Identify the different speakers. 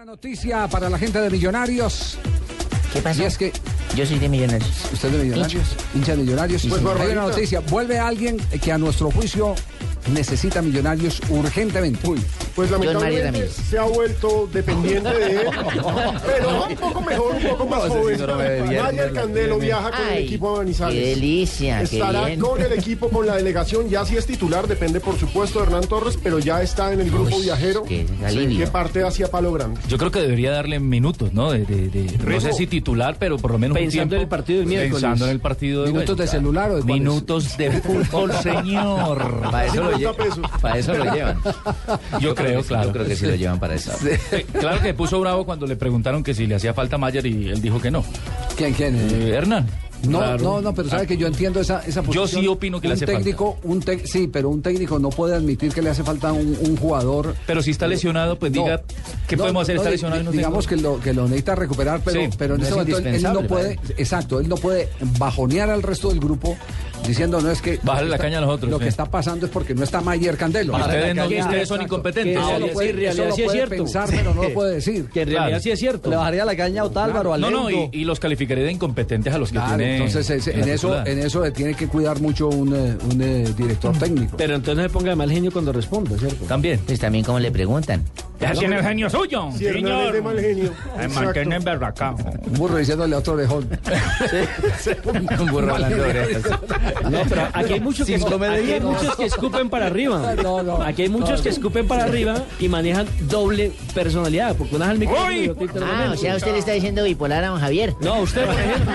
Speaker 1: Buena noticia para la gente de Millonarios.
Speaker 2: ¿Qué pasa?
Speaker 1: Y es que
Speaker 2: Yo soy de Millonarios.
Speaker 1: usted de Millonarios, hincha de Millonarios,
Speaker 3: Pues,
Speaker 1: hay una
Speaker 3: Barbarita.
Speaker 1: noticia. Vuelve alguien que a nuestro juicio necesita Millonarios urgentemente.
Speaker 3: Pues
Speaker 2: Mario
Speaker 3: lamentablemente
Speaker 2: Ramírez.
Speaker 3: se ha vuelto dependiente de él, pero un poco mejor, un poco más
Speaker 4: ese
Speaker 3: joven.
Speaker 4: señor me devierte,
Speaker 3: Mayer
Speaker 4: lo
Speaker 3: Candelo
Speaker 4: tiene.
Speaker 3: viaja con el equipo a Manizales.
Speaker 2: qué delicia, qué
Speaker 3: Estará
Speaker 2: bien.
Speaker 3: con el equipo, con la delegación, ya si es titular, depende por supuesto de Hernán Torres, pero ya está en el grupo
Speaker 2: Uy,
Speaker 3: viajero
Speaker 2: qué alivio.
Speaker 3: que parte hacia Palo Grande.
Speaker 5: Yo creo que debería darle minutos, ¿no? De, de- de- no sé si titular, pero por lo menos un tiempo.
Speaker 4: Pensando en el partido del miércoles.
Speaker 5: Pensando en el partido de
Speaker 1: ¿Minutos de
Speaker 5: vuelta.
Speaker 1: celular o de cuáles?
Speaker 5: Minutos de fútbol, señor.
Speaker 2: Para eso, lo
Speaker 3: 50
Speaker 2: lle-
Speaker 3: pesos.
Speaker 2: para eso lo llevan.
Speaker 5: Yo creo,
Speaker 2: que sí, Yo
Speaker 5: claro.
Speaker 2: creo que sí lo llevan para eso.
Speaker 5: Eh, Claro que puso bravo cuando le preguntaron que si le hacía falta Mayer y él dijo que no.
Speaker 1: ¿Quién, quién?
Speaker 5: Eh, Hernán.
Speaker 1: No,
Speaker 5: claro. Ah,
Speaker 1: no, no, pero sabe que yo entiendo esa, esa posición.
Speaker 5: sí opino que le
Speaker 1: un
Speaker 5: hace
Speaker 1: técnico, Un tec- sí, pero un técnico no puede admitir que le hace falta un, un jugador.
Speaker 5: Pero si está lesionado, pues
Speaker 1: No.
Speaker 5: diga, ¿qué
Speaker 1: No,
Speaker 5: podemos hacer?
Speaker 1: no,
Speaker 5: Está
Speaker 1: di-
Speaker 5: lesionado y no
Speaker 1: digamos que
Speaker 5: tengo-
Speaker 1: lo, que lo necesita recuperar, pero,
Speaker 5: Sí,
Speaker 1: pero en
Speaker 4: no
Speaker 1: ese
Speaker 4: es
Speaker 1: momento él- él no
Speaker 4: indispensable para
Speaker 1: puede, exacto, él no puede bajonear al resto del grupo diciendo no es que
Speaker 5: Bájale la caña a los otros,
Speaker 1: Lo
Speaker 5: sí.
Speaker 1: que está pasando es porque no está Mayer Candelo.
Speaker 5: Y ustedes, no-
Speaker 4: la caña,
Speaker 5: ustedes son
Speaker 4: exacto.
Speaker 5: incompetentes.
Speaker 4: Que
Speaker 1: Eso
Speaker 4: Ah,
Speaker 1: lo
Speaker 4: sí,
Speaker 1: puede,
Speaker 4: en realidad
Speaker 1: eso lo
Speaker 4: sí es
Speaker 1: puede
Speaker 4: cierto.
Speaker 1: pensar, pero no lo puede decir.
Speaker 4: Que en
Speaker 5: Claro.
Speaker 4: realidad sí es cierto.
Speaker 6: Le bajaría la caña a Otálvaro, a
Speaker 5: no, no, y,
Speaker 6: Lendo.
Speaker 5: y los calificaré de incompetentes a los que
Speaker 1: Claro,
Speaker 5: tiene.
Speaker 1: entonces ese- en,
Speaker 5: la
Speaker 1: eso,
Speaker 5: titular. Mm.
Speaker 1: en eso le tiene que cuidar mucho un, eh, un, eh, director técnico.
Speaker 4: Pero entonces se ponga de mal genio cuando responda, ¿cierto?
Speaker 5: También.
Speaker 2: Pues también como le preguntan.
Speaker 5: Ya tiene el genio suyo,
Speaker 3: Si Hernán es de mal genio. exacto.
Speaker 5: en berracao.
Speaker 1: Un burro diciéndole a otro orejón.
Speaker 2: Un burro hablando de orejas.
Speaker 4: No, pero aquí hay muchos, que,
Speaker 6: Sin comedia,
Speaker 4: aquí hay
Speaker 6: no.
Speaker 4: muchos que escupen para arriba.
Speaker 1: No, no.
Speaker 4: Aquí hay muchos que escupen para arriba y manejan doble personalidad. Porque una es el micrófono y otra es el
Speaker 2: Ah,
Speaker 4: elemento.
Speaker 2: o sea, usted le está diciendo bipolar a don Javier.
Speaker 4: No, usted, por ejemplo.